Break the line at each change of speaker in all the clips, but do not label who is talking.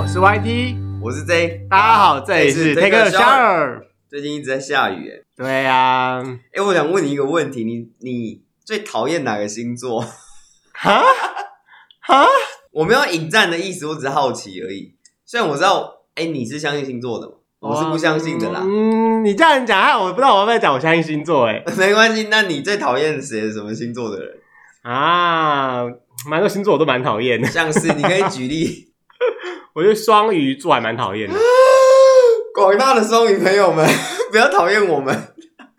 YT，
我是 J，
大家好，这里是 Take a Shower。
最近一直在下雨，哎，
对啊，
哎，我想问你一个问题，你你最讨厌哪个星座？
哈哈，
我没有引战的意思，我只是好奇而已。虽然我知道，哎，你是相信星座的吗？我是不相信的啦，
嗯，你这样讲，害我不知道我要不要讲我相信星座哎
没关系。那你最讨厌谁？什么星座的人？
啊，蛮多星座我都蛮讨厌的，
像是你可以 举例，
我觉得双鱼座还蛮讨厌的。
广大的双鱼朋友们， 不要讨厌我们。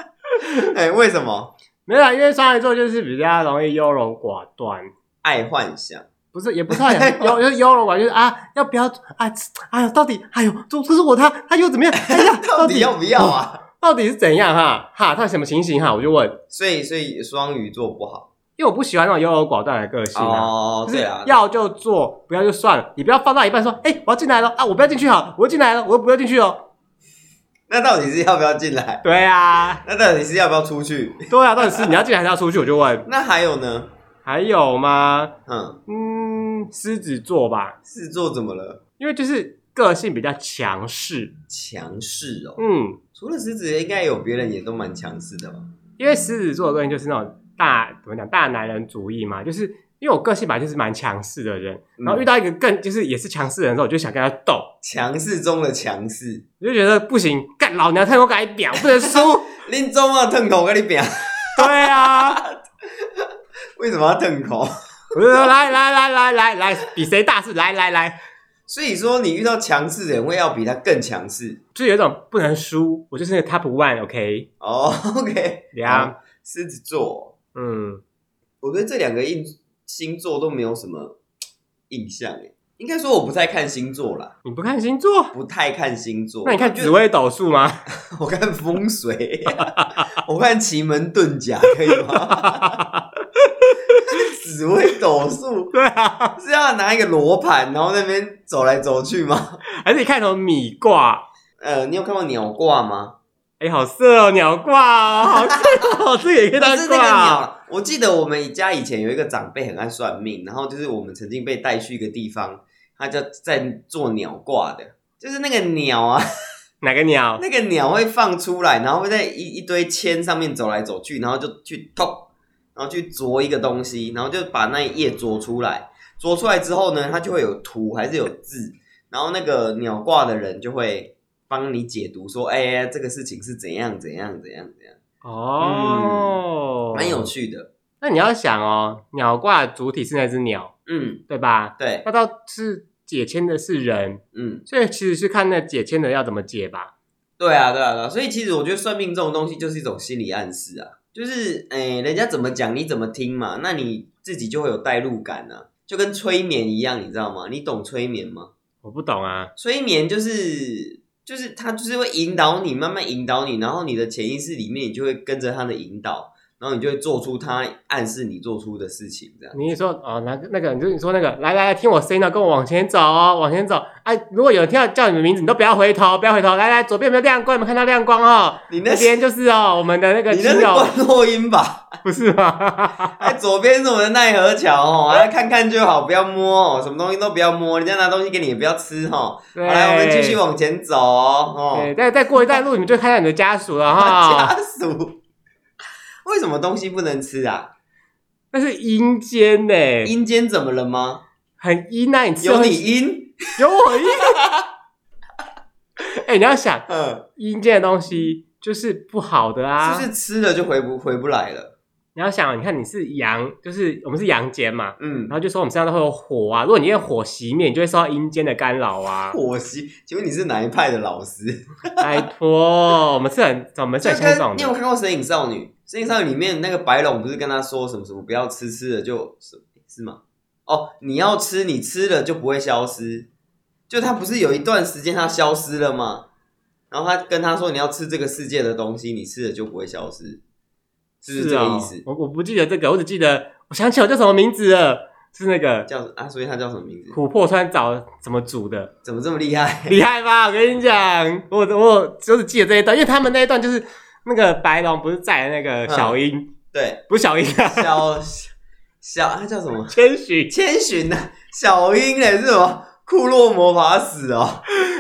哎，为什么？
没有啊啦，因为双鱼座就是比较容易优柔寡断，
爱幻想，
不是也不算 优就是优柔寡断，就是啊要不要啊哎呀到底哎呦这这是我他他又怎 么样？哎呀
到底要不要啊？
到底是怎样哈哈？他什么情形哈？我就问，
所以，所以双鱼座不好
因为我不喜欢那种优柔寡断的个性啊。
哦。
就是
对啊，
要就做，不要就算了。你不要放到一半说，哎、我要进来了啊，我不要进去好，我要进来了，我又不要进去哦。
那到底是要不要进来？
对啊，
那到底是要不要出去？
对啊，到底是你要进来还是要出去？我就问，
那还有呢？
还有吗？
嗯，
嗯，狮子座吧，
狮子座怎么了？
因为就是个性比较强势，
强势哦。
嗯，
除了狮子，应该有别人也都蛮强势的吧？
因为狮子座的个性就是那种大怎么讲大男人主义嘛，就是因为我个性本来就是蛮强势的人，
嗯
然后遇到一个更就是也是强势的人的时候，我就想跟他斗，
强势中的强势，
我就觉得不行，干老娘太我改表，不能输，
林中啊， 腾口跟你表，
对啊。
为什么要腾口？
我就说来来来来来来，比谁大是来来来，
所以说，你遇到强势的人，会要比他更强势
就有一种不能输，我就是那个 top one，OK，、
哦。OK，
对啊
好，狮子座，
嗯，
我对这两个印星座都没有什么印象诶。应该说我不太看星座啦，
你不看星座，
不太看星座。
那你看
就
紫微斗数吗？
我看风水， 我看奇门遁甲，可以吗？ 紫微斗数
对啊，
是要拿一个罗盘，然后那边走来走去吗？
还是你看什么米卦？
呃，你有看过鸟卦吗？
哎、好色哦，鸟卦哦，好色哦，这个也可以
不
当
是那个
卦啊。
鸟，我记得我们家以前有一个长辈很爱算命，然后就是我们曾经被带去一个地方，他就在做鸟卦的，就是那个鸟啊，
哪个鸟？
那个鸟会放出来，然后会在一一堆铅上面走来走去，然后就去咚，然后去啄一个东西，然后就把那一页啄出来。啄出来之后呢，它就会有图还是有字，然后那个鸟挂的人就会帮你解读说，哎、这个事情是怎样怎样怎样怎样，
哦，
蛮有。趣的。
那你要想哦，鸟卦主体是那只鸟，
嗯，
对吧？
对，
那到是解签的是人，
嗯，
所以其实是看那解签的要怎么解吧。
对啊，对啊，对啊。所以其实我觉得算命这种东西就是一种心理暗示啊，就是哎、人家怎么讲你怎么听嘛，那你自己就会有代入感啊，就跟催眠一样，你知道吗？你懂催眠吗？
我不懂啊，
催眠就是就是它就是会引导你，慢慢引导你，然后你的潜意识里面你就会跟着它的引导，然后你就会做出它暗示你做出的事情，这样。
你说哦，那个那个，你就你说那个，来来来，听我声音啊呢，跟我往前走哦，往前走。哎，如果有人听到叫你们名字，你都不要回头，不要回头。来来，左边有没有亮光？有没有看到亮光哦？
你那
那
是
边就是 哦，我们的那个
你那
亲
是
友，
关洛音吧？
不是吗？
哎，左边是我们的奈何桥哦，哎，看看就好，不要摸哦，什么东西都不要摸，人家拿东西给你也不要吃哦。
对，
好来，我们继续往前走哦。
对，啊再再过一段路，你们就看到你的家属了
哦，
哈。
家属，为什么东西不能吃啊？
那是阴间呢，
阴间怎么了吗？
很阴那你吃
有
会
你阴？
有我阴。 哎，你要想
嗯，
阴间的东西就是不好的啊。
是不是吃了就回不回不来了？
你要想，你看你是阳，就是我们是阳间嘛，
嗯。
然，后就说我们身上都会有火啊，如果你用火熄灭，你就会受到阴间的干扰啊
火星，请问你是哪一派的老师？
拜托，我们是很， 我们是
就
很
跟
看重
你有
的。
看过《神隐少女》？《神隐少女》里面那个白龙不是跟他说什么什么不要吃，吃了就是是吗？哦，你要吃，你吃了就不会消失。就他不是有一段时间他消失了吗？然后他跟他说你要吃这个世界的东西，你吃了就不会消失，是不是这个
哦
意思？
我我不记得这个，我只记得我想起我叫什么名字了，是那个
叫啊，所以他叫什么名字？
琥珀川藻怎么煮的，
怎么这么厉害？
厉害吧？我跟你讲，我我就是记得这一段，因为他们那一段就是那个白龙不是在那
嗯
个小樱，
对，
不是小樱啊，
小小他叫什么？啊
千寻
千寻呐、小樱嘞是吗？库洛魔法使哦，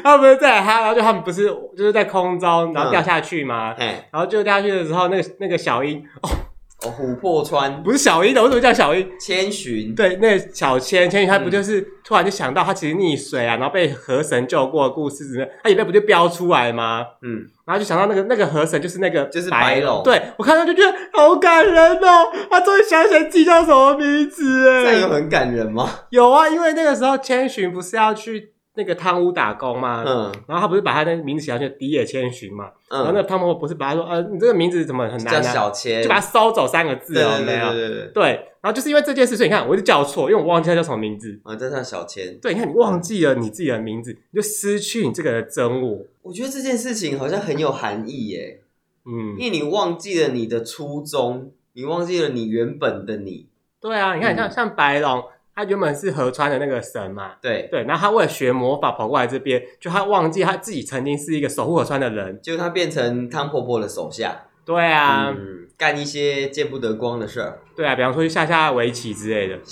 他们不是在他，然后就他们不是就是在空中，
嗯
然后掉下去嘛，
哎，
然后就掉下去的时候，那个那个小鹰哦，
哦，琥珀川
不是小鹰的，我怎么叫小鹰？
千寻，
对，那个小千千羽，他不
嗯
就是突然就想到他其实溺水啊，然后被河神救过的故事，只是他眼泪不就飙出来吗？
嗯，
然后就想到那个那个河神就是那个
就是白
白
龙
对我看到就觉得好感人哦，他终于想起来自己叫什么名字
这
哎
样有，很感人吗？
有啊，因为那个时候千寻不是要去那个汤屋打工吗？
嗯
然后他不是把他的名字写上去，迪野千寻嘛。然后
嗯，
那个汤姆不是把他说，呃，你这个名字怎么很
叫
难啊？
小千，
就把他收走三个字
对
哦，
对
没
对
有。
对对对，
对，然后就是因为这件事，所以你看，我就叫错，因为我忘记他叫什么名字。
啊，这叫小千。
对，你看你忘记了你自己的名字，你就失去你这个人的真我。
我觉得这件事情好像很有含义耶，
嗯
因，为你忘记了你的初衷，你忘记了你原本的你，
对啊，你看像、
嗯
像白龙，他原本是河川的那个神嘛，
对，
对，然后他为了学魔法跑过来这边，就他忘记他自己曾经是一个守护河川的人。
就他变成汤婆婆的手下，
对啊，
嗯，干一些见不得光的事儿，
对啊，比方说去下下围棋之类的。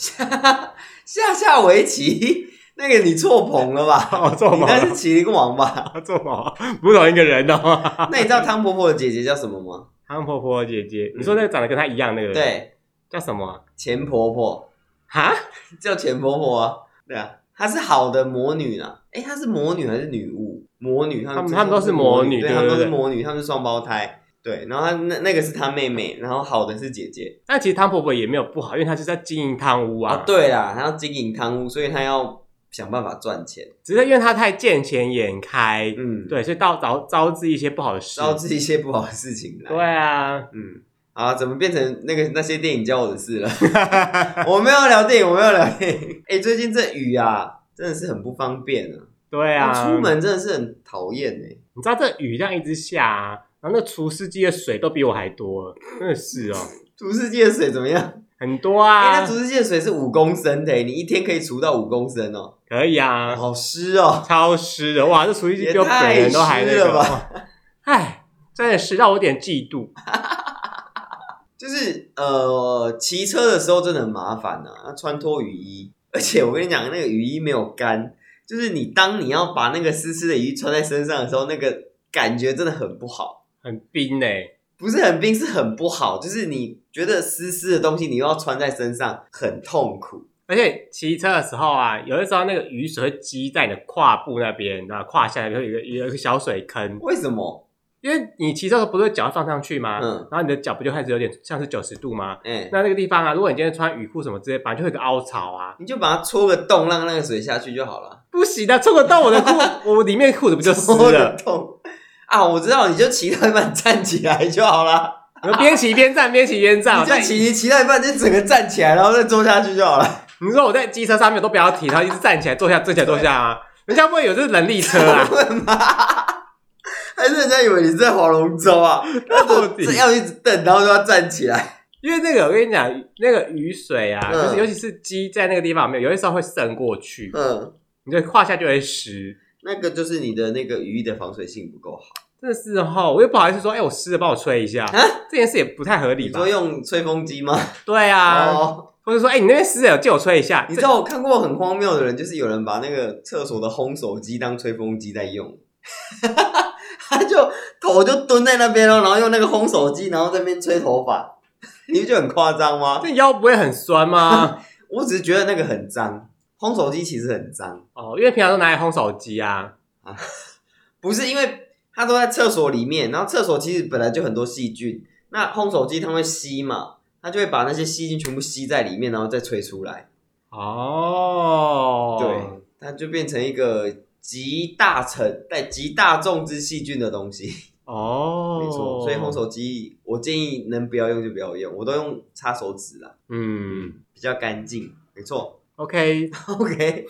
下下围棋，那个你错棚了吧？
哦错棚
你那是麒麟王吧？
他啊做毛不同一个人哦。
那你知道汤婆婆的姐姐叫什么吗？
汤婆婆姐姐，你说那个长得跟她一样那个人，，
对，
叫什么啊？
钱婆婆，
哈，
叫钱婆婆啊，对啊，她是好的魔女啊，诶，她是魔女还是女巫？魔女，她
她们
们
她们都是魔女
对，
对
她们都
对
是
对
魔女，她们是双胞胎，对，然后她那那个是她妹妹，然后好的是姐姐
但其实汤婆婆也没有不好，因为她就是在经营汤屋啊。
啊，，对啦，她要经营贪污，所以她要想办法赚钱，
只是因为她太见钱眼开，
嗯，，
对，所以到招招致一些不好的事。
招致一些不好的事情来，
对啊，
嗯，啊，怎么变成那个那些电影教我的事了？ 我没有聊电影，我没有聊电影。哎、最近这雨啊，真的是很不方便啊。
对啊，
出，门真的是很讨厌哎。
你知道这雨这样一直下、啊，然后那除湿机的水都比我还多，真的是哦，
除湿机的水怎么样？
很多
哎、
啊
那，除湿机的水是五公升的欸，你一天可以除到五公升哦，
可以啊，
好湿哦。
超湿的哇，这除湿机
也
比我本人都还那
太湿
个，
了
哇唉，真的是让我有点嫉妒。
就是呃，骑车的时候真的很麻烦啊，要穿脱雨衣，而且我跟你讲，那个雨衣没有干，就是你当你要把那个湿湿的雨衣穿在身上的时候，那个感觉真的很不好。
很冰欸呢、
不是很冰，是很不好，就是你觉得湿湿的东西，你又要穿在身上，很痛苦。
而且骑车的时候啊，有的时候那个雨水会积在你的胯部那边，你知道胯下会有一个有一个小水坑，
为什么？
因为你骑车的时候不是脚放上去吗？
嗯，
然后你的脚不就开始有点像是九十度吗？
哎、
那那个地方啊，如果你今天穿雨裤什么之类，反正就会有个凹槽啊，
你就把它戳个洞，让那个水下去就好了。
不行的、啊，戳个洞，我的裤， 我里面裤子不就湿
戳个
了？
洞啊！我知道，你就骑到一半站起来就好了，
我边骑边站，边骑边站。
你
啊我在
就骑骑到一半就整个站起来，然后再坐下去就好 了。
你说我在机车上面都不要停，然后一直站起来、坐下、站起来、坐下啊，人家不会有这是人力车 啊？
还是人家以为你是在划龙舟啊？
到底
这要一直蹬，然后就要站起来。
因为那个，我跟你讲，那个雨水啊，
嗯
就是尤其是积在那个地方，没有，有些时候会渗过去，
嗯，
你的胯下就会湿。
那个就是你的那个雨衣的防水性不够好。
真的是哈，我又不好意思说，哎、我湿了，帮我吹一下，这件事也不太合理
啊你
吧
说？用吹风机吗？
对啊，
哦。
或者说，哎、你那边湿了，借我吹一 下。
你知道我看过很荒谬的人，就是有人把那个厕所的烘手机当吹风机在用， 他就头就蹲在那边哦，然后用那个烘手机，然后在那边吹头发，你不觉得很夸张吗
这？这腰不会很酸吗？
我只是觉得那个很脏，烘手机其实很脏，
哦，因为平常都拿来烘手机啊。
不是因为他都在厕所里面，然后厕所其实本来就很多细菌，那烘手机它会吸嘛，它就会把那些细菌全部吸在里面，然后再吹出来，
哦，
对，它就变成一个集大成、带集大众之细菌的东西。
哦，
没错，所以烘，手机我建议能不要用就不要用，我都用擦手指啦，
嗯
比较干净。没错
，OK，
，OK，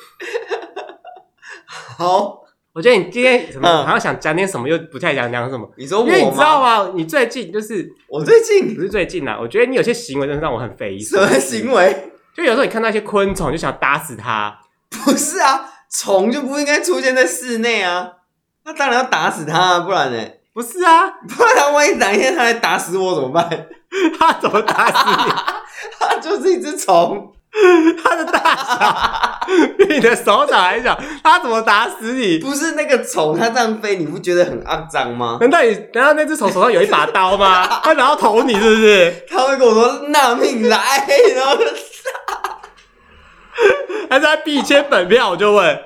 好，
我觉得你今天什么、
嗯
好像想讲点什么，又不太想讲什么，
你说
因为
我
你知道
吗？
吗？你最近就是
我最近
不是最近啦，我觉得你有些行为真的让我很匪夷
什
所
么
思。
行为？
就有时候你看到一些昆虫，就想打死它。
不是啊，虫就不应该出现在室内啊，那当然要打死它啊，不然呢？
不是啊，
不然万一哪一天它来打死我怎么办？
它怎么打死你？
它就是一只虫，
它的大小 比你的手掌还小，它怎么打死你？
不是那个虫，它这样飞，你不觉得很肮脏吗？
难道你难道那只手手上有一把刀 吗？它拿到捅你是不是？
他会跟我说“拿命来”，然后
还是它必签本票？我就问，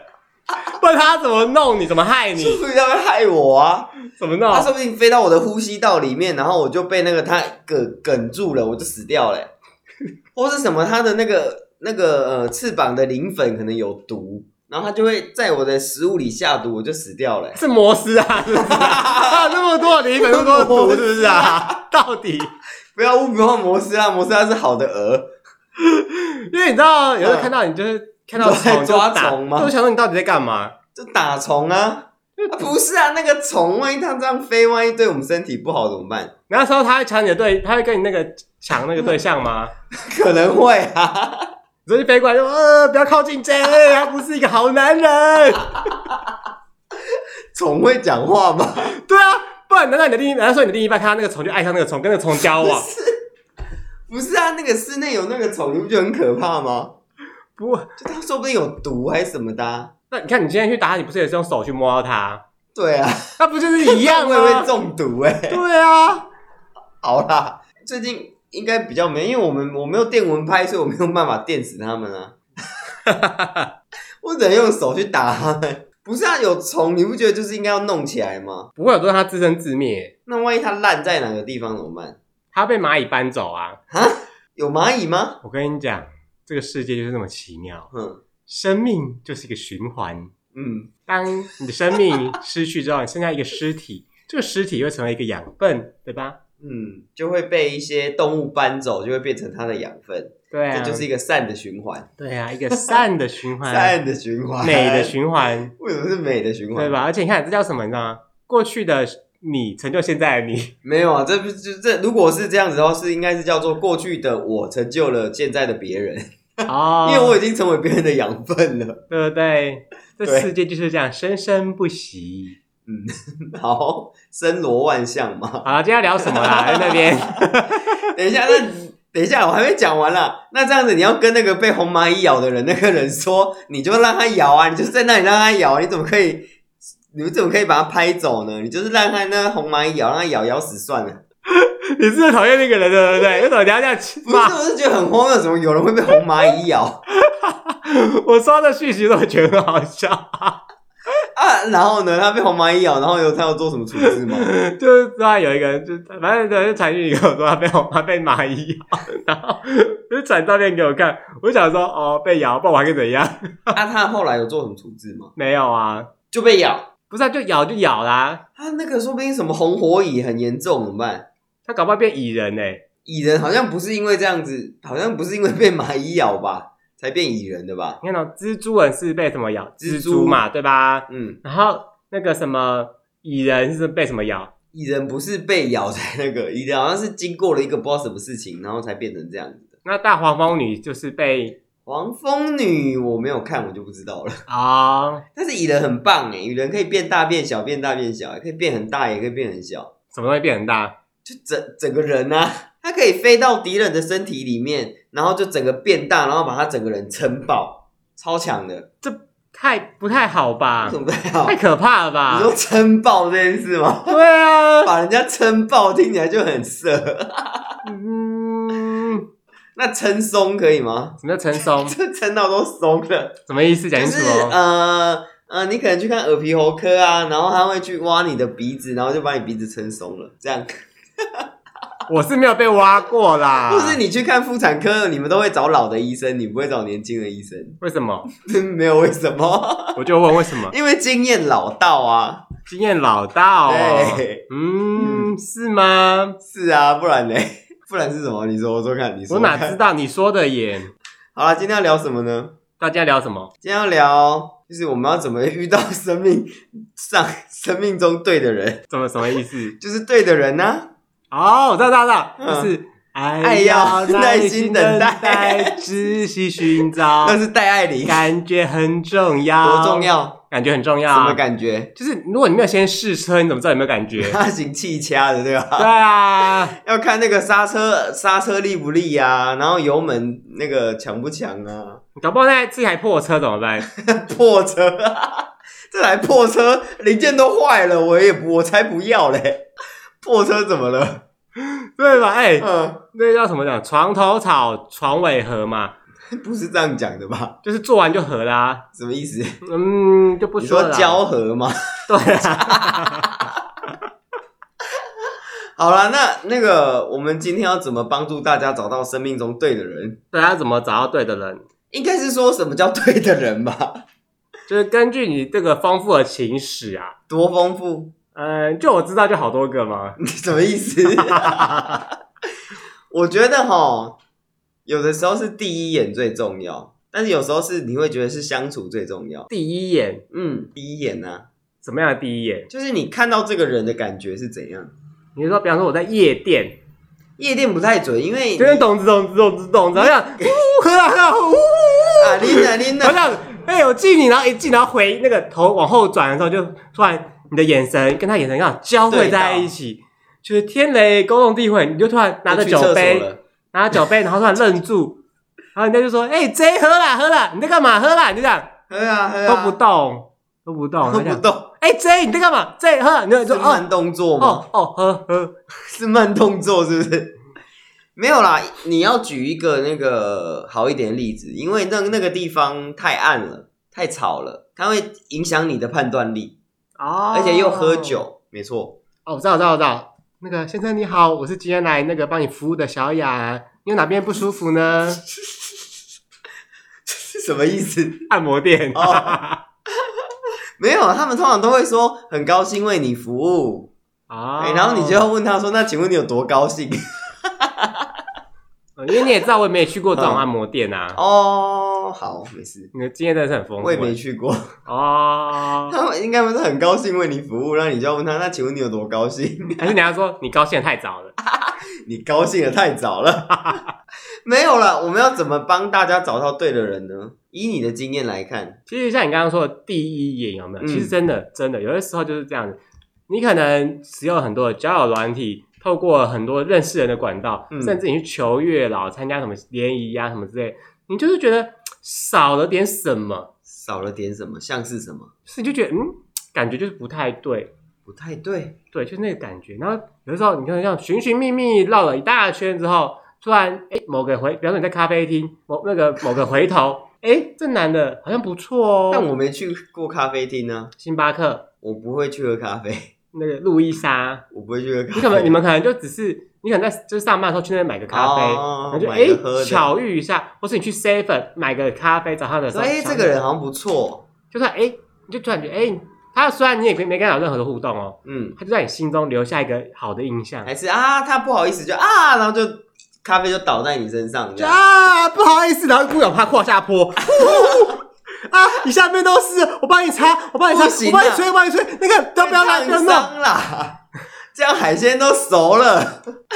问它怎么弄你，怎么害你，
所以他会害我啊！
怎么
他
弄？
说不定飞到我的呼吸道里面，然后我就被那个他梗梗住了，我就死掉了欸、或是什么他的那个那个呃翅膀的磷粉可能有毒，然后它就会在我的食物里下毒，我就死掉了欸、
是摩斯啊，是不 是啊？啊那么多灵粉，那么多毒，是不是 啊？到底？
不要污名化摩斯啊拉，摩斯拉是好的鹅，
因为你知道，有时候看到你 就是看到
你都在
虫就
抓
打
虫吗
就想说你到底在干嘛？
就打虫啊。啊不是啊，那个虫，万一它这样飞，万一对我们身体不好怎么办？
那时候他会抢你的对，他会跟你那个抢那个对象吗？
可能会啊。
你直接飞过来就呃，不要靠近 J，他不是一个好男人。
虫会讲话吗？
对啊，不然难道你的另一，难道说你的另一半看到那个虫就爱上那个虫，跟那个虫交 往？
不是啊，那个室内有那个虫，你不觉得很可怕吗？
不，
就它说不定有毒还是什么的啊、
那你看你今天去打，你不是也是用手去摸到它，
对啊，
那不就是一样啊
会不
吗
会？中毒哎、
对啊，
好啦，最近应该比较没，因为我们我没有电蚊拍，所以我没有办法电死它们啊。 我只能用手去打它们。不是啊，有虫，你不觉得就是应该要弄起来吗？
不会有多让它自生自灭，
那万一它烂在哪个地方怎么办？
它被蚂蚁搬走啊！
有蚂蚁吗？
我跟你讲，这个世界就是这么奇妙，
嗯
生命就是一个循环。
嗯，
当你的生命失去之后，你剩下一个尸体，这个尸体会成为一个养分，对吧？
嗯，就会被一些动物搬走，就会变成它的养分，
对啊，
这就是一个善的循环。
对啊，一个善的循环，
善的循环，
美的循环，
为什么是美的循环？
对？吧？而且你看，这叫什么？你知道吗？过去的你成就现在的 你，
没有啊，这不就这如果是这样子的话，是应该是叫做过去的我成就了现在的别人，
哦，
因为我已经成为别人的养分了。
对不对？这
对
世界就是这样，生生不 息。
好，森罗万象嘛。
好了，今天要聊什么啦？ 在那边
等一下，那等一下，我还没讲完啦。那这样子，你要跟那个被红蚂蚁咬的人那个人说，你就让他咬啊，你就在那里让他咬啊，你怎么可以？你怎么可以把它拍走呢？你就是让他那红蚂蚁咬，让它咬咬死算了。
你是不是讨厌那个人，对不对？为什么你要这样
不是，
骂？
我是觉得很荒谬，怎么有人会被红蚂蚁咬？
我刷到讯息都觉得很好笑，
啊，然后呢，他被红蚂蚁咬，然后有他要做什么处 置吗？
就是突然有一个人，就反正就传讯息跟我说他被他被蚂蚁咬，然后就传照片给我看，我就想说哦被咬，不然我还可以怎样？
啊，他后来有做什么处置吗？
没有啊，
就被咬。
不是、啊、就咬就咬啦，
他那个说不定什么红火蚁很严重，怎么办？
他搞不好变蚁人呢、欸
蚁人好像不是因为这样子，好像不是因为被蚂蚁咬吧，才变蚁人的吧？
你看到、蜘蛛人是被什么咬？
蜘
蜘
蛛
蛛嘛，对吧？
嗯，
然后那个什么蚁人是被什么咬？
蚁人不是被咬才那个， 蚁人好像是经过了一个不知道什么事情，然后才变成这样子的。
那大黄蜂女就是被
黄蜂女我没有看，我就不知道了。
啊、
但是蚁人很棒哎，蚁人可以变大变小，变大变小，欸可以变很大，也可以变很小。
什么东西变很大？
就整整个人啊， 它可以飞到敌人的身体里面，然后就整个变大，然后把他整个人撑爆，超强的，
太不太好吧
为什？么这 样？
太可怕了吧
你？说撑爆这件事吗？
对啊，
把人家撑爆听起来就很色，
嗯，
那撑松可以吗？
什么叫成松？
这撑到都松了，
什么意思？讲
就
清楚
是
哦。
呃呃，你可能去看耳鼻喉科啊，然后他会去挖你的鼻子，然后就把你鼻子撑松了，这样。
我是没有被挖过啦。
或是你去看妇产科，你们都会找老的医生，你不会找年轻的医生，
为什么？
没有为什么。
我就问为什么？
因为经验老道啊，
经验老道、哦。
对，
嗯，是吗？
是啊，不然呢？ 不然是什么？你说，我说看，你说
我
看
哪知？道你说的耶？
好了，今天要聊什么呢？
大家聊什么？
今天要聊就是我们要怎么遇到生命上 生命中对的人，
怎么什么意思？
就是对的人呢、啊
哦，我知道，知道，知
嗯
道，就是
爱
爱要
要耐
耐
心
心
等
等
待
待，仔细寻找啊
那，是戴爱玲，
感觉很重要。，
多重要！
感觉很重要
什么
啊。
感觉？
就是如果你没有先试车，你怎么知道有没有感觉？
他行气掐的，对
对
吧？
啊，
要看那个刹车 刹车力不力啊，然后油门那个强不强啊，
搞不好那自己还破车怎么办？
破车、 啊，这台破车零件都坏了，我也不我才不要嘞！ 破车怎么了？
对吧？哎、
嗯，
那叫什么讲？床头草，床尾和嘛，
不是这样讲的吧？
就是做完就和啦、
什么意思？
嗯，就不
你
说
说
了啦。
交合吗？
对啊，
好了，那那个我们今天要怎么帮助大家找到生命中对的人？
对啊，怎么找到对的人？
应该是说什么叫对的人吧？
就是根据你这个丰富的情史啊，
多丰富？
嗯，就我知道就好多个嘛。
你 什么意思？我觉得哈，有的时候是第一眼最重要，但是有时候是你会觉得是相处最重要。
第一眼，
嗯，第一眼呢、啊，
什么样的第一眼？
就是你看到这个人的感觉是怎样。
你是说，比方说我在夜店，
夜店不太准，因为
就跟懂子懂子懂子懂子，好像呜和啊和啊呜，
啊，琳娜琳
好
娜，
像哎、 我敬你，然后一敬，然后回那个头往后转的时候，就突然你的眼神跟他眼神刚好交汇在一起，就是天雷勾动地火，你就突然拿着
去厕所
酒杯，
了，
拿着酒杯，然后突然愣住，然后人家就说：“哎、这喝啦喝啦，你在干嘛？喝啦！”你就这样
喝啊喝
都不
啊，
动，都不动，
都
然
不
后
动，
哎、J 你在干嘛？J 喝，你就是说哦
慢动作吗？
哦哦喝喝，
是慢动作是不是？没有啦，你要举一个那个好一点的例子，因为那那个地方太暗了，太吵了，它会影响你的判断力，
哦，
而且又喝酒，没错。
哦，我知道，我知道，我知道。那个先生你好，我是今天来那个帮你服务的小雅，你有哪边不舒服 呢？
是什么意思？
按摩店。
哦 没有，他们通常都会说很高兴为你服务，
啊
哎，然后你就要问他说：“那请问你有多高兴
哦因为你也知道，我也没去过这种按摩店？”啊。
嗯哦，好，没事，
你的经验真的是很丰富
我也没去过。
哦，
他们应该不是很高兴为你服务，然后你就要问他：“那请问你有多高兴？”
还是你要说你高兴得太早了？
你高兴的太早了， 没有了。我们要怎么帮大家找到对的人呢？以你的经验来看，
其实像你刚刚说的第一眼有没有？
嗯
其实真的真的，有的时候就是这样子。你可能使用很多的交友软体，透过很多认识人的管道，
嗯
甚至你去求月老、参加什么联谊啊什么之类，你就是觉得少了点什么，
少了点什么，像是什么
所以你就觉得嗯，感觉就是不太对。
不太对，
对，就是那个感觉。然后有的时候你可能这样寻寻觅觅绕了一大圈之后，突然哎某个回，比方说你在咖啡厅某那个某个回头，哎这男的好像不错哦，
但我没去过咖啡厅呢、
星巴克
我不会去喝咖啡，
那个路易莎，
我不会去喝咖啡。
你可能你们可能就只是你可能在就是上班的时候去那边买个咖啡，然后
哦、
就
买个
哎
喝的，
巧遇一下，或是你去 seven 买个咖啡找他的时
说
候，
哎、
巧遇
这个人好像不错，
就算哎你就突然觉得哎他虽然你也没没跟他有任何的互动哦，
嗯，
他就在你心中留下一个好的印象。
还是啊，他不好意思就啊，然后就咖啡就倒在你身上这样。
啊，不好意思，然后故意怕胯下坡。啊！你下面都是，我帮你擦，我帮你擦，
不行
我
啊
帮你吹，我帮你吹，那个都不要乱，
太
不要
烫
弄。
伤啦，这样海鲜都熟了。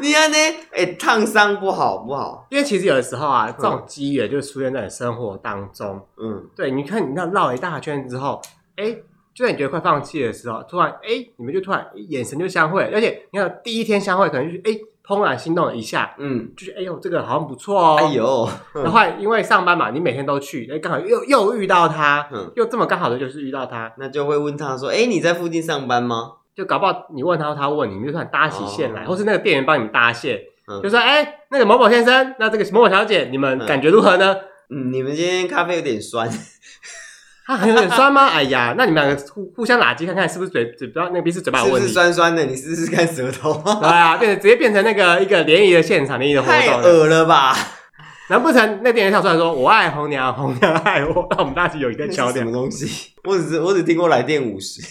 你看呢？哎、烫伤不好不好。
因为其实有的时候啊，这种机缘就出现在你生活当中。
嗯，
对，你看你那绕了一大圈之后，哎，就在你觉得快放弃的时候，突然哎，你们就突然哎眼神就相会，而且你看第一天相会，可能就是哎怦然心动了一下，
嗯，
就是哎呦这个好像不错哦，
哎呦，
然后因为上班嘛，你每天都去，哎，刚好又又遇到他，
嗯
又这么刚好的就是遇到他，
那就会问他说：“哎、你在附近上班吗
就搞不好你问他，他问你，你就算搭起线来，
哦
或是那个店员帮你们搭线，
嗯
就说哎、那个某某先生，那这个某某小姐，你们
嗯
感觉如何呢？？”
嗯，你们今天咖啡有点酸，
他很有点酸吗？哎呀，那你们两个互互相打击看看，是不是嘴嘴不要那个彼此嘴巴
是
有
不
问
是
题？
酸酸的？你试试看 舌头，
对啊，变成直接变成那个一个联谊的现场，联谊的活
太
动了。
恶了吧？
难不成那店员跳出来说：“我爱红娘，红娘爱我”，那我们大家有一个
那是
桥
什
梁
么，东西？我只是我只听过来电五十，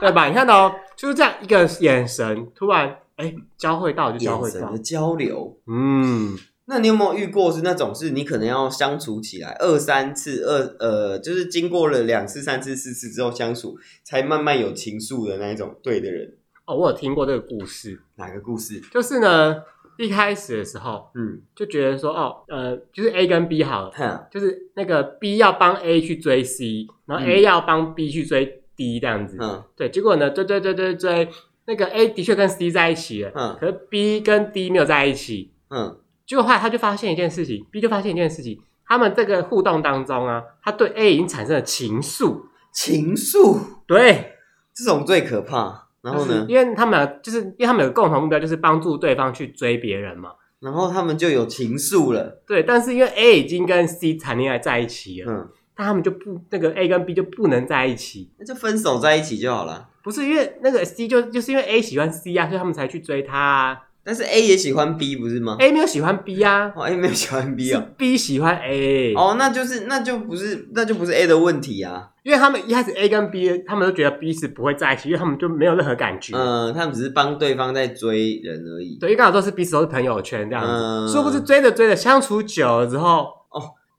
对吧？你看到、哦、就是这样一个眼神，突然哎、交汇到就交
眼
汇
神
到
的，交流。
嗯。
那你有没有遇过是那种是你可能要相处起来二三次二呃，就是经过了两次、三次、四次之后相处，才慢慢有情愫的那一种对的人？
哦，我有听过这个故事，
哪个故事？
就是呢，一开始的时候
嗯，
就觉得说，哦，呃，就是 A 跟 B 好了，
哼，
就是那个 B 要帮 A 去追 C，然后 A 要帮 B 去追 D 这样子。
嗯
对，结果呢，追追追追追，那个 A 的确跟 C 在一起了，
嗯
可是 B 跟 D 没有在一起。
嗯
结果后来他就发现一件事情，B 就发现一件事情，他们这个互动当中啊，他对 A 已经产生了情愫。
情愫
对，
这种最可怕。然后
就是
呢？
因为他们俩就是因为他们有共同目标，就是帮助对方去追别人嘛。
然后他们就有情愫了。
对，但是因为 A 已经跟 C 谈恋爱在一起了，
嗯，
但他们就不那个 A 跟 B 就不能在一起。
那就分手在一起就好了。
不是因为那个 C 就就是因为 A 喜欢 C 啊，所以他们才去追他啊。
但是 A 也喜欢 B 不是吗？
A 没有喜欢 B 啊，
哦，A 没有喜欢 B 啊、
是 B 喜欢 A，、
哦，那就是那就不是那就不是 A 的问题啊。
因为他们一开始 A 跟 B 他们都觉得彼此不会在一起，因为他们就没有任何感觉。
嗯、他们只是帮对方在追人而已。
对，因为刚好都是彼此都是朋友圈这样子，
嗯
殊不知追着追着相处久了之后，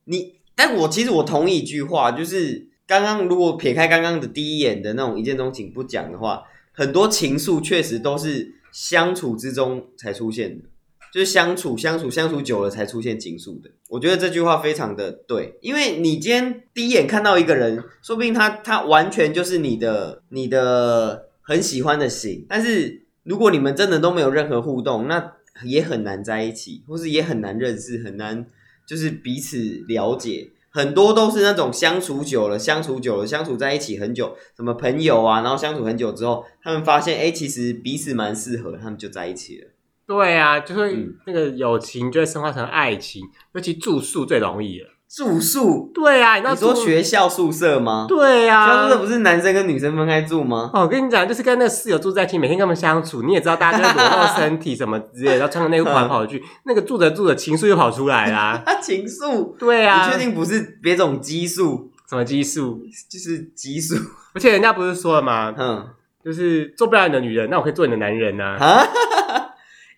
你，但我其实我同意一句话，就是刚刚如果撇开刚刚的第一眼的那种一见钟情不讲的话，很多情愫确实都是相处之中才出现的，就是相处相处相处久了才出现情愫的。我觉得这句话非常的对，因为你今天第一眼看到一个人，说不定他他完全就是你的你的很喜欢的型，但是如果你们真的都没有任何互动，那也很难在一起，或是也很难认识，很难。就是彼此了解，很多都是那种相处久了、相处久了、相处在一起很久，什么朋友啊，然后相处很久之后，他们发现，哎、其实彼此蛮适合，他们就在一起了。
对啊，就会
嗯
那个友情就会升华成爱情，尤其住宿最容易了。
住宿，
对啊，你那
你说
住
学校宿舍吗？
对
校
啊
宿，舍不是男生跟女生分开住吗？
哦，我跟你讲，就是跟那个室友住在一起，每天跟他们相处，你也知道大家就是裸露身体什么之类的，然后穿个内裤跑来跑 去，那个住着住着情愫又跑出来啦。
啊，情愫，
对啊，
你确定不是别种激素，
什么激素？
就是激素？
而且人家不是说了吗？
嗯
就是做不了你的女人，那我可以做你的男人呐、啊，
啊，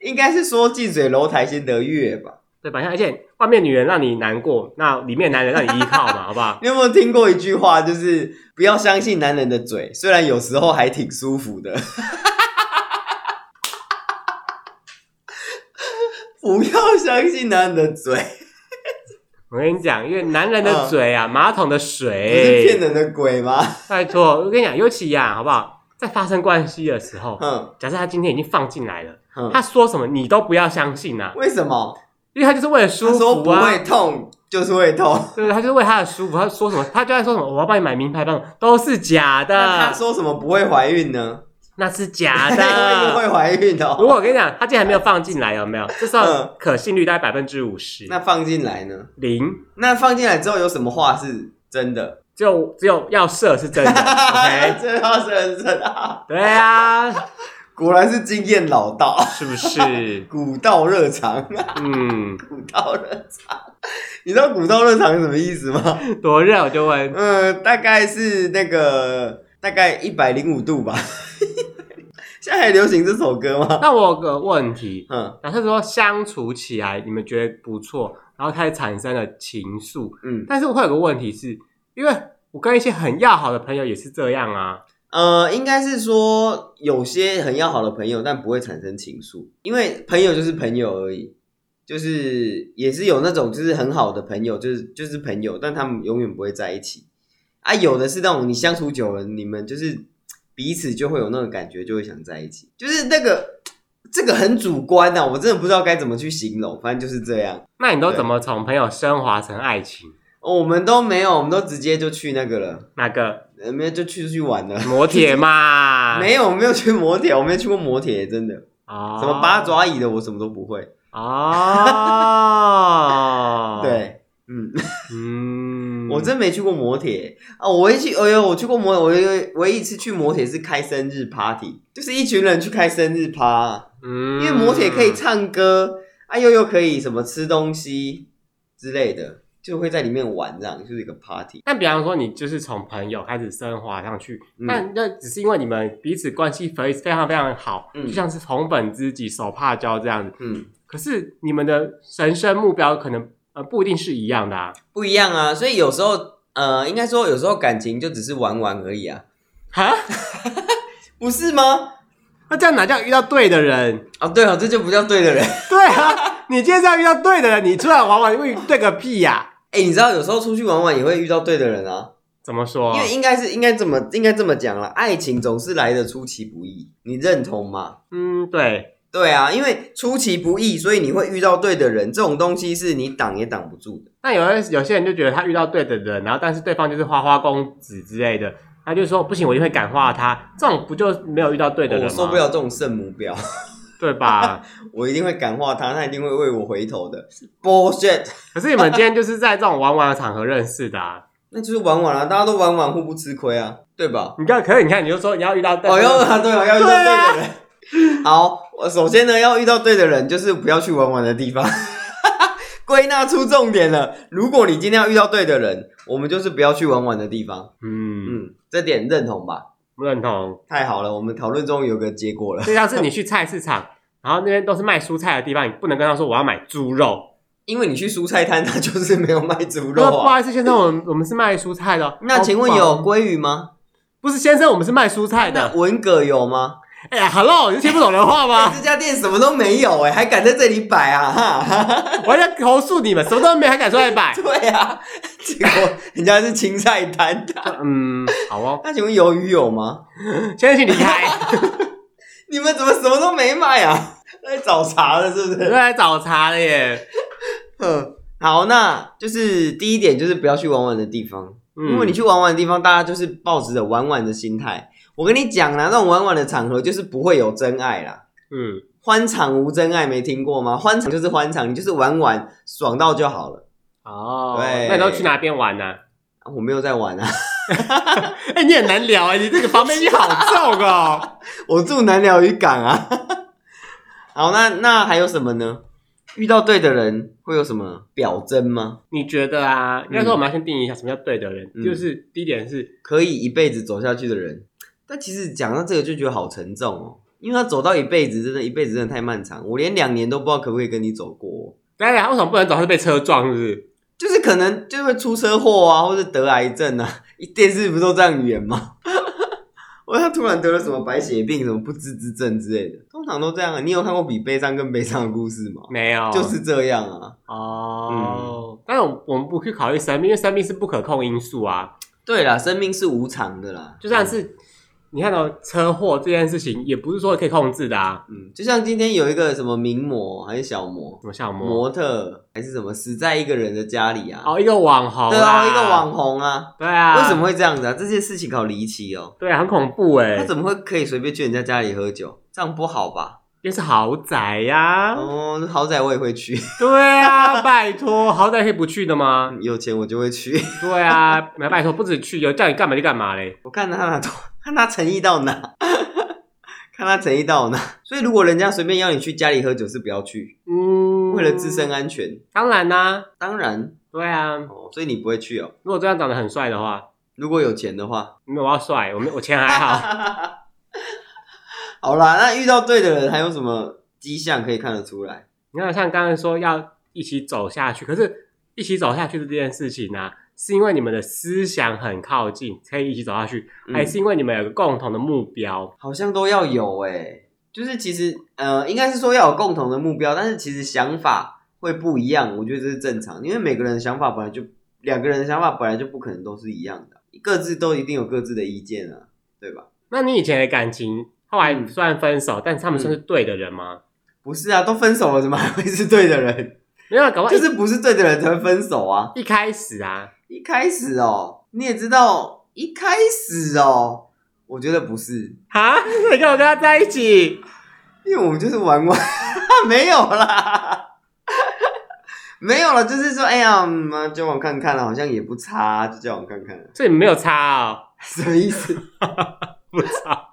应该是说近水楼台先得月吧。
对吧？而且外面女人让你难过，那里面男人让你依靠 嘛，好不好？
你有没有听过一句话，就是不要相信男人的嘴，虽然有时候还挺舒服的。不要相信男人的嘴，
我跟你讲，因为男人的嘴啊，马桶的
嗯不是
水，
骗人的鬼吗？
拜托，我跟你讲，尤其呀、好不好？在发生关系的时候，
哼
假设他今天已经放进来了，他
哼，
说什么你都不要相信呐、啊，
为什么？
因为他就是为了舒
他说
服
不
啊
会，痛就是会痛，
对，他就是为他的舒服，他说什么，他就在说什么，我要帮你买名牌包，都是假
那他
的，
说什么不会怀孕呢？
那是假
因为
的。
会怀孕
啊如
哦。
果我跟你讲，他竟然没有放进来，有没有？这时候
嗯
可信率大概百分之五十，
那放进来呢？
零，
那放进来之后有什么话是真的？
只有只有要射是真的，OK？
这话是很真啊！
对啊，
果然是经验老道，
是不是？
古道热肠。
嗯，
古道热肠，你知道古道热肠是什么意思吗？
多热我就问，
嗯，大概是那个大概一百零五度吧。 现在还流行这首歌吗？
那我有个问题，
嗯
假设说相处起来你们觉得不错，然后开始产生了情愫，
嗯
但是我会有个问题是，因为我跟一些很要好的朋友也是这样啊，
呃，应该是说有些很要好的朋友，但不会产生情愫，因为朋友就是朋友而已。就是也是有那种就是很好的朋友，就是就是朋友，但他们永远不会在一起。啊，有的是那种你相处久了，你们就是嘖彼此就会有那种感觉，就会想在一起。就是那个嘖这个很主观呐、啊我真的不知道该怎么去形容，反正就是这样。
那你都怎么从朋友升华成爱情？
哦我们都没有，我们都直接就去那个了，
那个
呃，没有就去出去玩了。
磨铁嘛，
没有，我没有去摩铁，我没有去过摩铁，真的。
哦
什么八爪椅的，我什么都不会。，，
哦 啊
对，嗯。
嗯，
我真没去过摩铁啊！我一去，哎呦，我去过摩，我唯唯一一次去摩铁是开生日 party，就是一群人去开生日趴，
嗯，
因为摩铁可以唱歌，啊又又可以什么吃东西之类的，就会在里面玩这样，就是一个 party。
但比方说，你就是从朋友开始升华上去，
嗯
但那只是因为你们彼此关系非非常非常好，
嗯
就像是红粉知己、手帕交这样子。
嗯，
可是你们的人生目标可能呃不一定是一样的啊。
不一样啊，所以有时候呃，应该说有时候感情就只是玩玩而已啊，
哈，
不是吗？
那这样哪叫遇到对的人？
啊，对哦，这就不叫对的人。
对啊，你今天这样遇到对的人，你出来玩玩会对个屁呀、
哎、你知道有时候出去玩玩也会遇到对的人啊，
怎么说
因？为应该是应该这么应该这么讲啦，爱情总是来的出其不意，你认同吗？
嗯，对，
对啊，因为出其不意，所以你会遇到对的人，这种东西是你挡也挡不住的。
那有人有些人就觉得他遇到对的人，然后但是对方就是花花公子之类的，他就说不行，我一定会感化他。这种不就没有遇到对的人
哦
吗？
我受不了，这种圣母婊，
对吧？
我一定会感化他，他一定会为我回头的。Bullshit，
可是你们今天就是在这种玩玩的场合认识的啊。
那就是玩玩啊，大家都玩玩，互不吃亏啊，对吧？
你看，可是你看，你就说你要遇到对的
哦，
人
要啊，对哦，要遇到
对
对
啊
的人。好，我首先呢要遇到对的人，就是不要去玩玩的地方。 归纳出重点了，如果你今天要遇到对的人，我们就是不要去玩玩的地方。
嗯，
嗯，这点认同吧？
不认同。
太好了，我们讨论终于有个结果了。
就像是你去菜市场，然后那边都是卖蔬菜的地方，你不能跟他说我要买猪肉。
因为你去蔬菜摊，它就是没有卖猪肉
那不
啊。
好意思，先生，我们我们是卖蔬菜的哦。
那请问
哦
有鲑鱼吗？
不是先生，我们是卖蔬菜
那
的。
文蛤有吗？
哎呀，Hello，你是听不懂人话吗
哎？这家店什么都没有哎、还敢在这里摆啊？哈，
我在投诉你们，什么都没有，还敢出来摆？
对啊，结果人家是青菜 摊的。
嗯，好 哦，
那请问鱿鱼有吗？
先生请离 开。
你们怎么什么都没卖啊？来找茬了是不
我
是？
来找茬了耶。
嗯，好，那就是第一点就是不要去玩玩的地方。
嗯
如果你去玩玩的地方，大家就是抱着玩玩的心态。我跟你讲啦，那种玩玩的场合就是不会有真爱啦。
嗯，
欢场无真爱，没听过吗？欢场就是欢场，你就是玩玩，爽到就好了。
哦，
对
那你都去哪边玩呢、
啊我没有在玩啊，
哎、你很难聊哎、你这个防备心好重 哦。
我住南寮渔港啊。 好，那那还有什么呢？遇到对的人会有什么表征吗？
你觉得啊？应该说我们要先定义一下什么叫对的人，
嗯
就是第一点是
可以一辈子走下去的人。但其实讲到这个就觉得好沉重哦，因为他走到一辈子，真的，一辈子真的太漫长。我连两年都不知道可不可以跟你走过哦、
当然，啊为什么不能早是被车撞？是不是？
就是可能就会出车祸啊，或者得癌症啊。 电视不都这样演吗？ 我他突然得了什么白血病、什么不治之症之类的，通常都这样啊。你有看过比悲伤更悲伤的故事吗？
没有，
就是这样啊。
哦。但是我们不去考虑生病，因为生病是不可控因素啊。
对啦，生命是无常的啦，
就算是、你看到、车祸这件事情，也不是说可以控制的啊。
嗯，就像今天有一个什么名模还是小模
什么项目？
模特还是什么，死在一个人的家里啊。
哦，一个网红、
对啊，一个，网红啊，
对啊，
为什么？会这样子啊？这些事情好离奇哦。
对啊，很恐怖哎、
他怎么会可以随便去人家家里喝酒？这样不好吧？
因为是豪宅呀、
哦，好歹我也会去。
对啊， 拜托，豪宅可以不去的吗？
有钱我就会去。
对啊，没拜托，不止去，有叫你干嘛就干嘛嘞。
我看他哪多，看他诚意到哪， 看他诚意到哪。所以如果人家随便邀你去家里喝酒，是不要去，
嗯，
为了自身，啊安全。
当然啦、
当然
对啊，
哦，所以你不会去哦。
如果对方长得很帅的话，
如果有钱的话，
没有我要帅，我没我钱还好，
好啦，那遇到对的人还有什么迹象可以看得出来？
你看像刚才说要一起走下去，可是一起走下去的这件事情呢、啊是因为你们的思想很靠近，可以一起走下去，
嗯
还是因为你们有个共同的目标？
好像都要有诶、就是其实呃，应该是说要有共同的目标，但是其实想法会不一样，我觉得这是正常，因为每个人的想法本来就两个人的想法本来就不可能都是一样的，各自都一定有各自的意见啊，对吧？
那你以前的感情后来
嗯
虽然分手，但是他们算是对的人吗？
不是啊，都分手了，怎么还会是对 的人？
没有，搞不好一
就是不是对的人才会分手啊！
一开始啊，
一开始哦，你也知道，一开始哦，我觉得不是，
啊，你跟我跟他在一起，
因为我们就是玩玩， 没有啦，没有了，就是说，哎呀，嗯啊交往看看了，好像也不差啊，就交往看看啊，
这你没有差哦，
什么意思？
不差，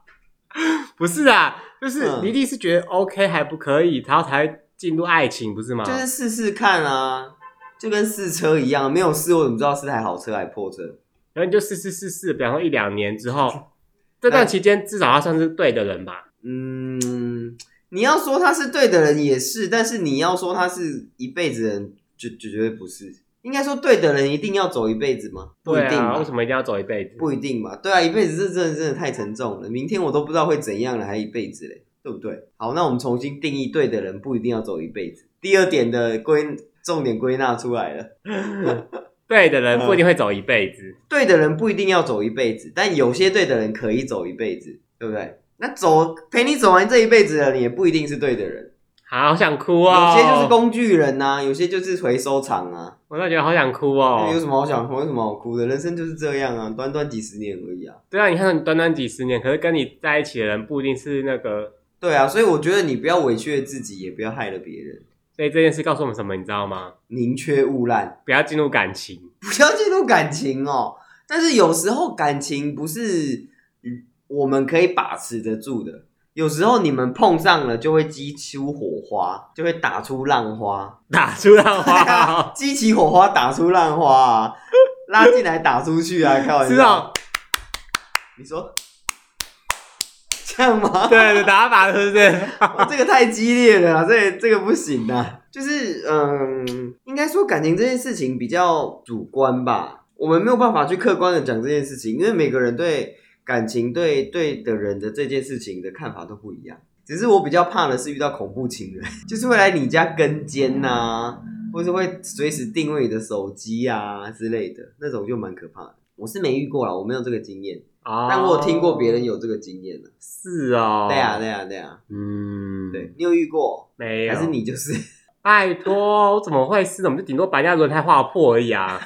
不是啊，就是
嗯
你一定是觉得 OK 还不可以，然后才会进入爱情，不是吗？
就是试试看啊，就跟试车一样，没有试我怎么知道是台好车还是破车？
然后你就试试试试，比方说一两年之 后，这段期间至少他算是对的人吧？
嗯，你要说他是对的人也是，但是你要说他是一辈子的人，就就绝对不是。应该说对的人一定要走一辈子吗？不一
对
定
啊，
吧
为什么一定要走一辈子？
不一定吧？对啊，一辈子这真的真的太沉重了，明天我都不知道会怎样了，还一辈子嘞。对不对？好，那我们重新定义对的人不一定要走一辈子。第二点的归重点归纳出来了，
对的
嗯
人不一定会走一辈子。
对的人不一定要走一辈子，但有些对的人可以走一辈子，对不对？那走陪你走完这一辈子的人也不一定是对的人，
好想哭哦！
有些就是，工具人呐、有些就是回收厂啊。
我真的觉得好想哭哦
那。有什么好想哭？有什么好哭的？人生就是这样啊，短短几十年而已啊。
对啊，你看短短几十年，可是跟你在一起的人不一定是那个，
对啊，所以我觉得你不要委屈了自己，也不要害了别人，
所以这件事告诉我们什么，你知道吗？
宁缺毋滥，
不要进入感情。
不要进入感情哦。但是有时候感情不是嗯我们可以把持得住的，有时候你们碰上了就会激出火花，就会打出 浪花，
打出哦浪花，
激起火花，打出浪花啊，拉进来打出去 啊，开玩
是
笑。
哦，
你说这样吗？
对对，打法是不是？
哦 这个太激烈了啊，这这个不行啊。就是嗯，应该说感情这件事情比较主观吧，我们没有办法去客观的讲这件事情，因为每个人对感情、对对的人的这件事情的看法都不一样。只是我比较怕的是遇到恐怖情人， 就是会来你家跟监呐、啊或是会随时定位你的手机啊之类的，那种就蛮可怕的。我是没遇过啦，我没有这个经验，但
但
我有听过别人有这个经验的。
哦是哦，
对啊，，对啊，对啊，
嗯，
对，，你有遇过？
没有，
还是你就是，
拜托，我怎么会是？我们就顶多把人家轮胎划破而已啊，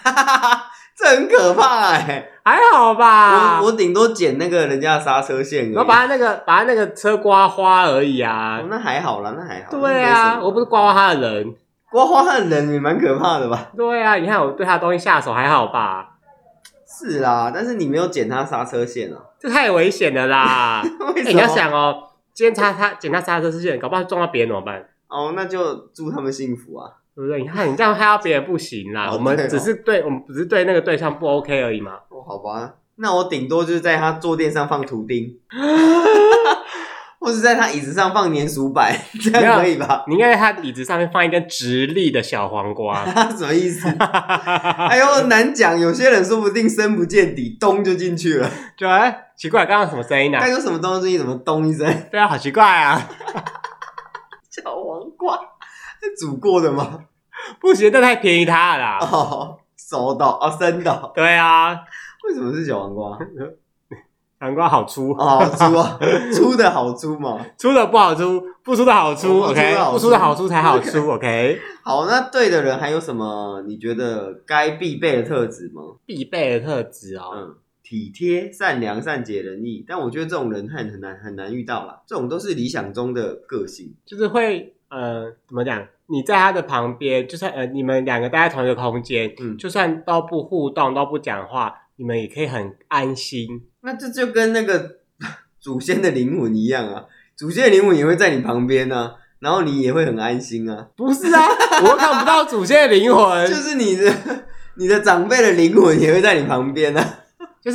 这很可怕哎、
还好吧。
我我顶多剪那个人家的刹车线而已。
啊我把他那个把他那个车刮花而已啊
哦。那还好啦，那还好。
对
那没什
啊，
么
我不是刮花他的人。
刮花的人也蛮可怕的吧？
对啊，你看我对他的东西下手还好吧？
是啦，但是你没有剪他刹车线啊？
这太危险了啦！哎
为什么？
你要想哦，今天擦他捡他刹车线，搞不好撞到别人怎么办？
哦，那就祝他们幸福啊！
对不对？ 你看你这样害到别人不行啦。
哦
我们
对哦
只是对我们只是对那个对象不 OK 而已嘛。
哦，好吧，那我顶多就是在他坐垫上放图 钉，或是在他椅子上放粘鼠板， 这样可以吧？
你应该在他椅子上面放一根直立的小黄瓜。
什么意思？哎呦，难讲，有些人说不定深不见底，咚就进去了。
就哎，奇怪，刚刚什么声 音啊
刚？有什么东西怎么咚一声？
对啊，好奇怪啊！
小黄瓜是煮过的 吗？
不行，这太便宜他了啦。
哦，熟的哦，生的哦。
对啊，
为什么是小黄瓜？
南瓜好粗，
哦， 好粗啊，粗的好粗嘛。
粗的不好粗，不粗的好粗。
哦不粗的
OK，
好
不
粗
粗的好粗才好粗。OK，
好，那对的人还有什么你觉得该必备的特质吗？
必备的特质哦。
嗯，体贴、善良、善解人意。但我觉得这种人很很难很难遇到啦，这种都是理想中的个性。
就是会呃，怎么讲？你在他的旁边，就算呃，你们两个待在同一个空间，
嗯
就算都不互动、都不讲话，你们也可以很安 心。
那这就跟那个 祖先的灵魂一样啊，祖先的灵魂也会在你旁边啊，然后你也会很安心啊。
不是啊， 我又看不到祖先的灵魂，
就
就是、
是你的你的长辈的灵魂也会在你旁边啊。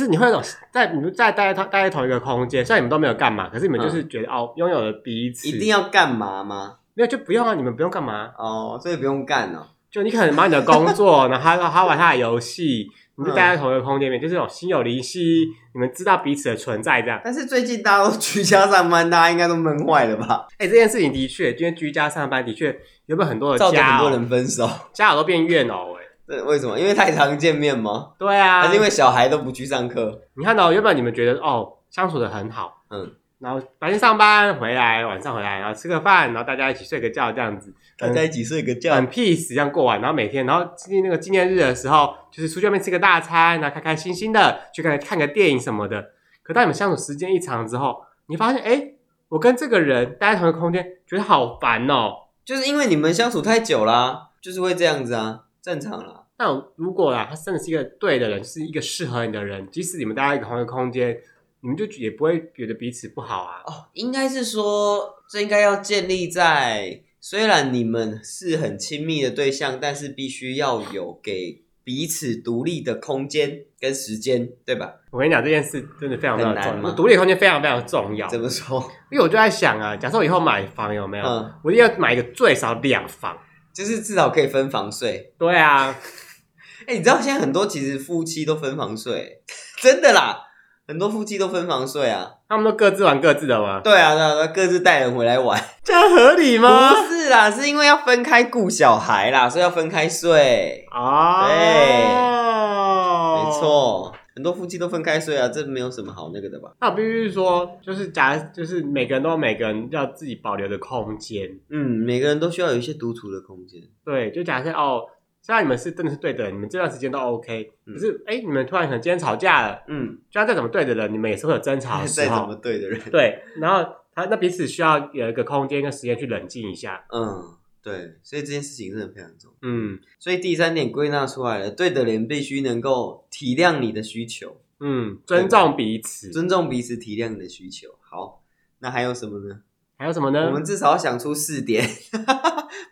你会有种在你们在待在同待在同一个空间，虽然你们都没有干嘛，可是你们就是觉得、哦，拥有了彼此，
一定要干嘛吗？
没有就不用啊，你们不用干嘛，
哦，所以不用干哦。
就你可能忙你的工作，然后他他玩他的游戏，你们就待在同一个空间里面，就是有心有灵犀，你们知道彼此的存在这样。
但是最近大家都居家上班，大家应该都闷坏了吧？
哎、这件事情的确，因为居家上班的确有没有很多
造
的
成
家哦
很多
偶，
人分手。
家偶都变怨偶哎、
对，为什么？因为太常见面吗？
对啊，嗯
还是因为小孩都不去上课？
你看到、原本你们觉得哦相处的很好，
嗯，
然后白天上班回来，晚上回来，然后吃个饭，然后大家一起睡个觉这样子，
大家一起睡个觉
很 peace 这样过完，然后每天，然后纪念那个纪念日的时候，就是出去外面吃个大餐，然后开开心心的去看看个电影什么的。可当你们相处时间一长之后，你发现哎、诶我跟这个人待在同一个空间，觉得好烦哦。
就是因为你们相处太久啦、就是会这样子啊，正常啦。
那如果啦，他真的是一个对的人，是一个适合你的人，即使你们待在同一个空间，你们就也不会觉得彼此不好啊。
哦，应该是说这应该要建立在虽然你们是很亲密的对象，但是必须要有给彼此独立的空间跟时间，对吧？
我跟你讲，这件事真的嗯非常非常
很难
重要，
吗
独立空间非常非常重要。
怎么说？
因为我就在想啊，假设我以后买房有没有，
嗯，
我一定要买一个最少两房。
就是至少可以分房睡。
对啊，
哎、你知道现 在很多其实夫妻都分房睡，真的啦，很多夫妻都分房睡啊。
他们都各自玩各自的嘛，
对啊，对啊，对啊各自带人回来玩。
这样合理吗？
不是啦，是因为要分开顾小孩啦，所以要分开睡。
啊，
没。错，很多夫妻都分开睡啊，这没有什么好那个的吧？
那我必须说，就是假如就是每个人都有每个人要自己保留的空间。
嗯，每个人都需要有一些独处的空间。
对，就假设哦，虽然你们是真的是对的人，你们这段时间都 OK，
嗯
可是哎、诶你们突然可能今天吵架了，
嗯，
就算再怎么对的人，你们也是会有争吵的时
再怎么
候。
对的人，
对，然后他那彼此需要有一个空间跟时间去冷静一下。
嗯，对，所以这件事情真的非常重要。
嗯
所以第三点归纳出来了，对的人必须能够体谅你的需求，
嗯，尊重彼此。
尊重彼此，体谅你的需求。好，那还有什么呢？
还有什么
我
呢？
们至少要想出四点，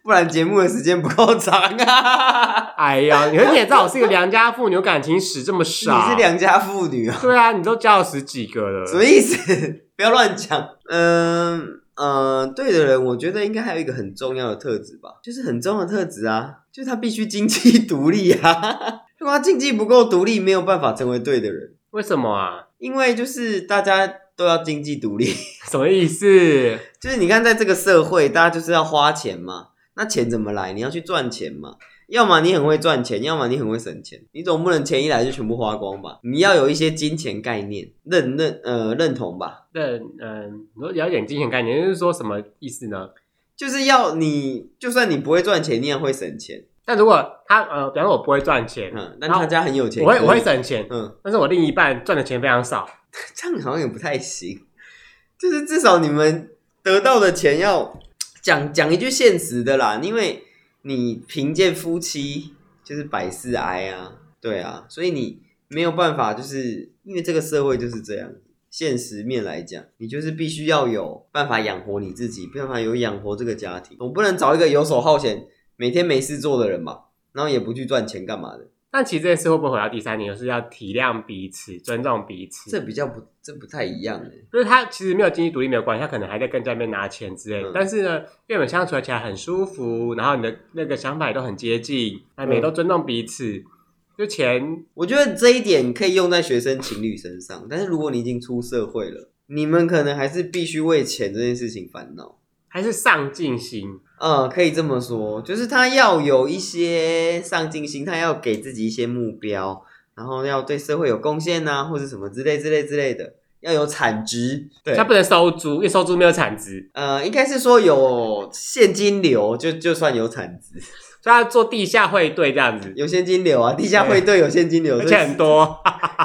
不然节目的时间不够长啊。
哎呀，你而且知道我是一个良家妇女，我感情史这么
你
少。
是良家妇女啊、
对啊，你都交了十几个了。
什么意思？ 不要乱讲。嗯呃，对的人，我觉得应该还有一个很重要的特质吧，就是很重要的特质啊，就是他必须经济独立啊。 如果他经济不够独立，没有办法成为对的人。
为什么啊？
因为就是大家都要经济独立，
什么意思？
就是你看在这个社会，大家就是要花钱嘛，那钱怎么来？你要去赚钱嘛，要么你很会赚钱，要么你很会省钱，你总不能钱一来就全部花光吧？你要有一些金钱概念认认呃认同吧，
认嗯，你说了解金钱概念，就是说什么意思呢？
就是要你就算你不会赚钱，你也会省钱，
但如果他呃，比方说我不会赚钱，
嗯，但大家很有钱，
我会
可以
我会，省钱，
嗯，
但是我另一半赚的钱非常少，
这样好像也不太行，就是至少你们得到的钱要讲讲一句现实的啦，因为你贫贱夫妻就是百事哀啊，对啊，所以你没有办法，就是因为这个社会就是这样。现实面来讲，你就是必须要有办法养活你自己，办法有养活这个家庭。总不能找一个游手好闲、每天没事做的人吧，然后也不去赚钱干嘛的。
但其实这件事会不会回到第三点，就是要体谅彼此，尊重彼此。
这比较不，这不太一样哎、
就是他其实没有经济独立没有关系，他可能还在跟家里面拿钱之类的。
嗯
但是呢，因为我们相处起来很舒服，然后你的那个想法也都很接近，那每个
嗯
都尊重彼此，就钱
我觉得这一点可以用在学生情侣身上，但是如果你已经出社会了，你们可能还是必须为钱这件事情烦恼。
还是上进心。
嗯，可以这么说，就是他要有一些上进心，他要给自己一些目标，然后要对社会有贡献呐、或者什么之类之类之类的，要有产值。对
他，不能收租，因为收租没有产值，
呃，应该是说有现金流，就就算有产值，
所以他做地下汇兑这样子，
有现金流啊，地下汇兑有现金流，
而且很多。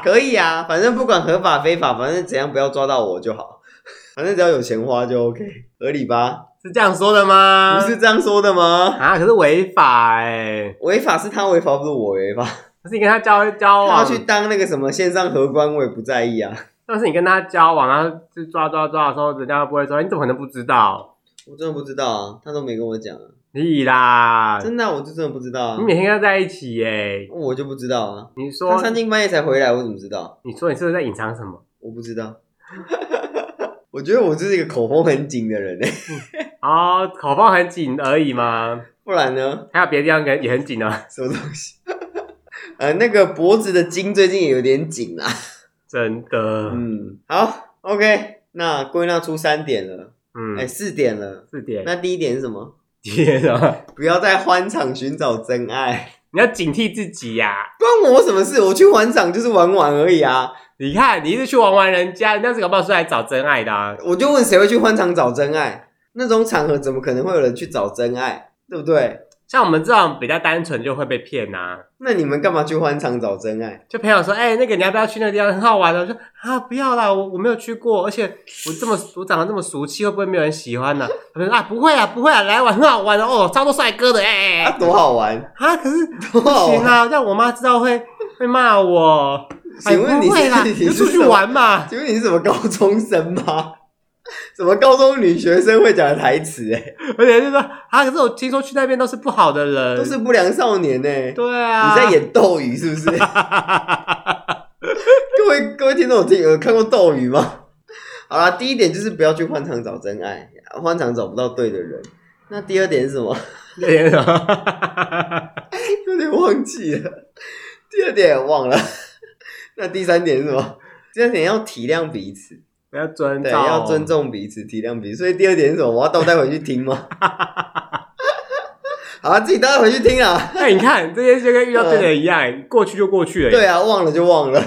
可以啊，反正不管合法非法，反正怎样不要抓到我就好， 反正只要有钱花就 OK，合理吧？
是这样说的吗？
不是这样说的吗？
啊，可是违法哎、
违法是他违法，不是我违法。
可是你跟他交交
他
往
要，去当那个什么线上荷官，我也不在意啊。
但是你跟他交往，然后就抓抓抓的时候，人家会不会说哎你怎么可能不知道？
我真的不知道啊，他都没跟我讲啊，
你啦，
真的啊、我就真的不知道啊
哎你，每天跟他在一起耶、
我就不知道啊。
你说
他三更半夜才回来，我怎么知道？
你说你是不是在隐藏什么？
我不知道。我觉得我就是一个口风很紧的人欸，
哦，口风很紧而已吗？
不然呢，
还有别的地方也很紧啊，
什么东西？ 呃，那个脖子的筋最近也有点紧啊。
真的。嗯
嗯，好，OK，那归纳出三点了，哎、
嗯，
四点了。
四点。
那第一点是什么？
天啊，
不要在欢场寻找真爱，
你要警惕自己呀、
关我什么事？我去欢场就是玩玩而已啊。
你看，你一直去玩玩人家，那是搞不好是来找真爱的啊。
我就问谁会去欢场找真爱？那种场合怎么可能会有人去找真爱？对不对？
像我们这种比较单纯，就会被骗呐、啊。
那你们干嘛去欢场找真爱？
就朋友说，哎、那个你要不要去那个地方？很好玩的。我说啊，不要啦，我我没有去过，而且我这么我长得这么俗气，会不会没有人喜欢呢、他们说啊，不会啊，不会啊，来玩很好玩的哦，超多帅哥的，哎、哎
啊，
哎
多好玩！哦
啊，可是
多
不
好
行
玩！
啊，让我妈知道会会骂我。哎
请问你
不会 啦，
是
你就出去？玩嘛
你是什么。请问你是什么高中生吗？什么高中女学生会讲的台词、哎，
而且就说啊，可是我听说去那边都是不好的人，
都是不良少年呢、哎
对啊，
你在 演斗鱼是不是？各位各位听众有听有看过斗鱼吗？好啦，第一点就是不要去欢场找真爱，欢场找不到对的人。那第二点是什么？
演什么？
有点忘记了。 第二点也忘了。那第三点是什么？第三点要体谅彼此。
要尊
对，
重，
要尊。重彼此，体谅彼此。所以第二点是什么？我要倒带回去听吗？ 好啊，自己倒带回去听啊。
哎，你看这些就跟遇到对的人一样，过去就过去了。
对啊，忘了就忘了。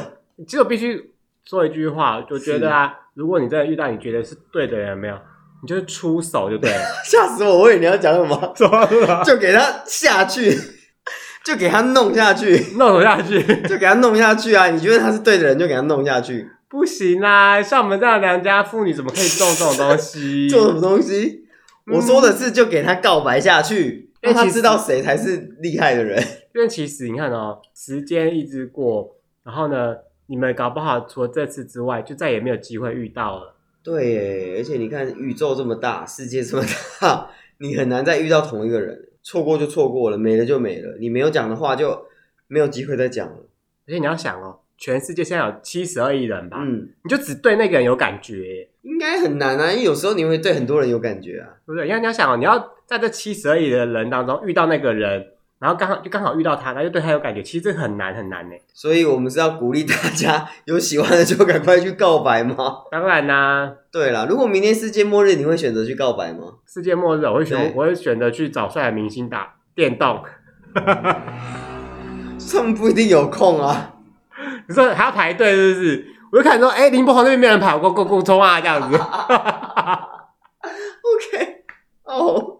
其实我必须说一句话，我觉得啊，如果你真的遇到你觉得是对的人，没有，你就出手就对 了。
吓死我！我以为你要讲什么，
什么？
就给他下去， 就给他弄下去，
弄手下去
就给他弄下去啊！你觉得他是对的人，就给他弄下去。
不行啦！像我们这样的良家妇女，怎么可以种这种东 西？
做什么东西？
嗯
我说的是，就给他告白下去，
因为
让他
其实
知道谁才是厉害的人。
因为其实你看哦，时间一直过，然后呢，你们搞不好除了这次之外，就再也没有机会遇到了。
对耶，而且你看宇宙这么大，世界这么大， 你很难再遇到同一个人，错过就错过了，没了就没了，你没有讲的话就没有机会再讲了。
而且你要想哦，全世界现在有七十二亿人吧，
嗯，
你就只对那个人有感觉，
应该很难啊，因为有时候你会对很多人有感觉啊。
对不对？因为你要想哦，你要在这七十二亿的人当中遇到那个人，然后刚好就刚好遇到他，那就对他有感觉，其实这很难很难呢。
所以我们是要鼓励大家， 有喜欢的就赶快去告白吗？
当然啦、
对啦，如果明天世界末日，你会选择去告白吗？
世界末日哦我会选
对
我会选择去找帅的明星打电动，
他们不一定有空啊。
你说还要排队是不是？我就看说，哎，林柏宏那边没有人排，我过过过冲啊这样子。
OK，哦，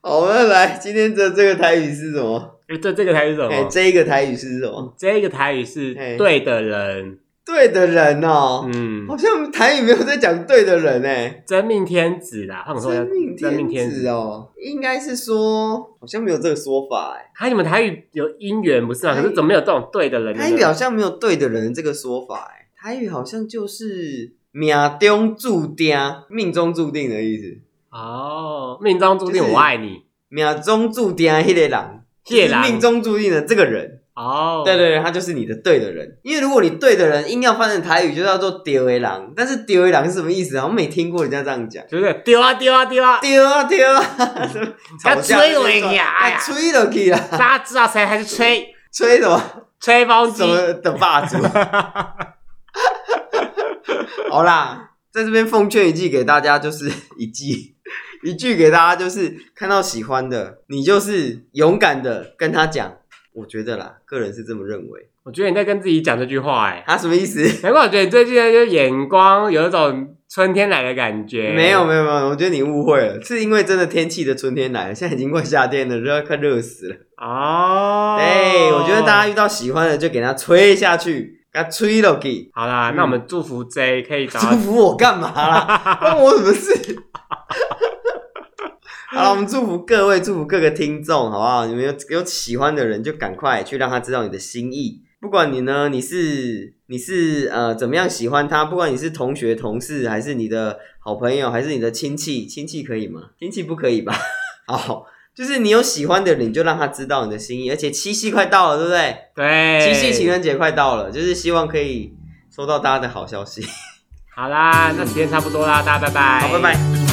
好，那来，今天的这个台语是什么？
哎，这这个台语是什
哎、
么？
这一个台语是什么？
这个台语是
哎
对的人，
对的人哦、
嗯，
好像台语没有在讲对的人哎、
真命天子啦，他们说叫
真命
真命天
天子哦、应该是说好像没有这个说法哎、
还有你们台语有姻缘不是吗？
台
可
语
是怎么没有这种对的人呢？
台语好像没有对的人这个说法哎、台语好像就是命中注定，命中注定的意思，
哦，命中注定
就是
我爱你，
命中注定的那个人。
夜
就是
郎
命中注定的这个人，
哦，
对对对，他就是你的对的人。因为如果你对的人硬要翻成台语，就叫做丢为狼。但是丢为狼是什么意思啊？我没听过人家这样讲。
对，就是丢啊丢啊丢 啊，
丢啊丢啊，
要吹回去 啊哎呀
啊，吹落去啦。
大家知道谁还是吹
吹什么
吹风机
什？么的霸主？ 好啦，在这边奉劝一句给大家，就是 一句一句给大家，就是看到喜欢的，你就是勇敢的跟他讲。我觉得啦，个人是这么认为。啊
我觉得你在跟自己讲这句话，哎，
他、什么意思？
难怪我觉得你最近就眼光有一种春天来的感觉。
没有没有没有，我觉得你误会了，是因为真的天气的春天来了，现在已经快夏天了，热快热死了。
哦，
哎、我觉得大家遇到喜欢的就给他吹下去，给他吹落去。
好啦，
嗯
那我们祝福 J 可以找
祝
到
福我干嘛啦？关我什么事？好了，我们祝福各位，祝福各个听众，好不好？你们有有喜欢的人，就赶快去让他知道你的心意。不管你呢，你是你是呃怎么样喜欢他，不管你是同学、同事，还是你的好朋友，还是你的亲戚，亲戚可以吗？亲戚不可以吧？好，就是你有喜欢的人，你就让他知道你的心意。而且七夕快到了，对不对？
对
七夕情人节快到了，就是希望可以收到大家的好消息。
好啦，那时间差不多啦，大家拜拜，
好，拜拜。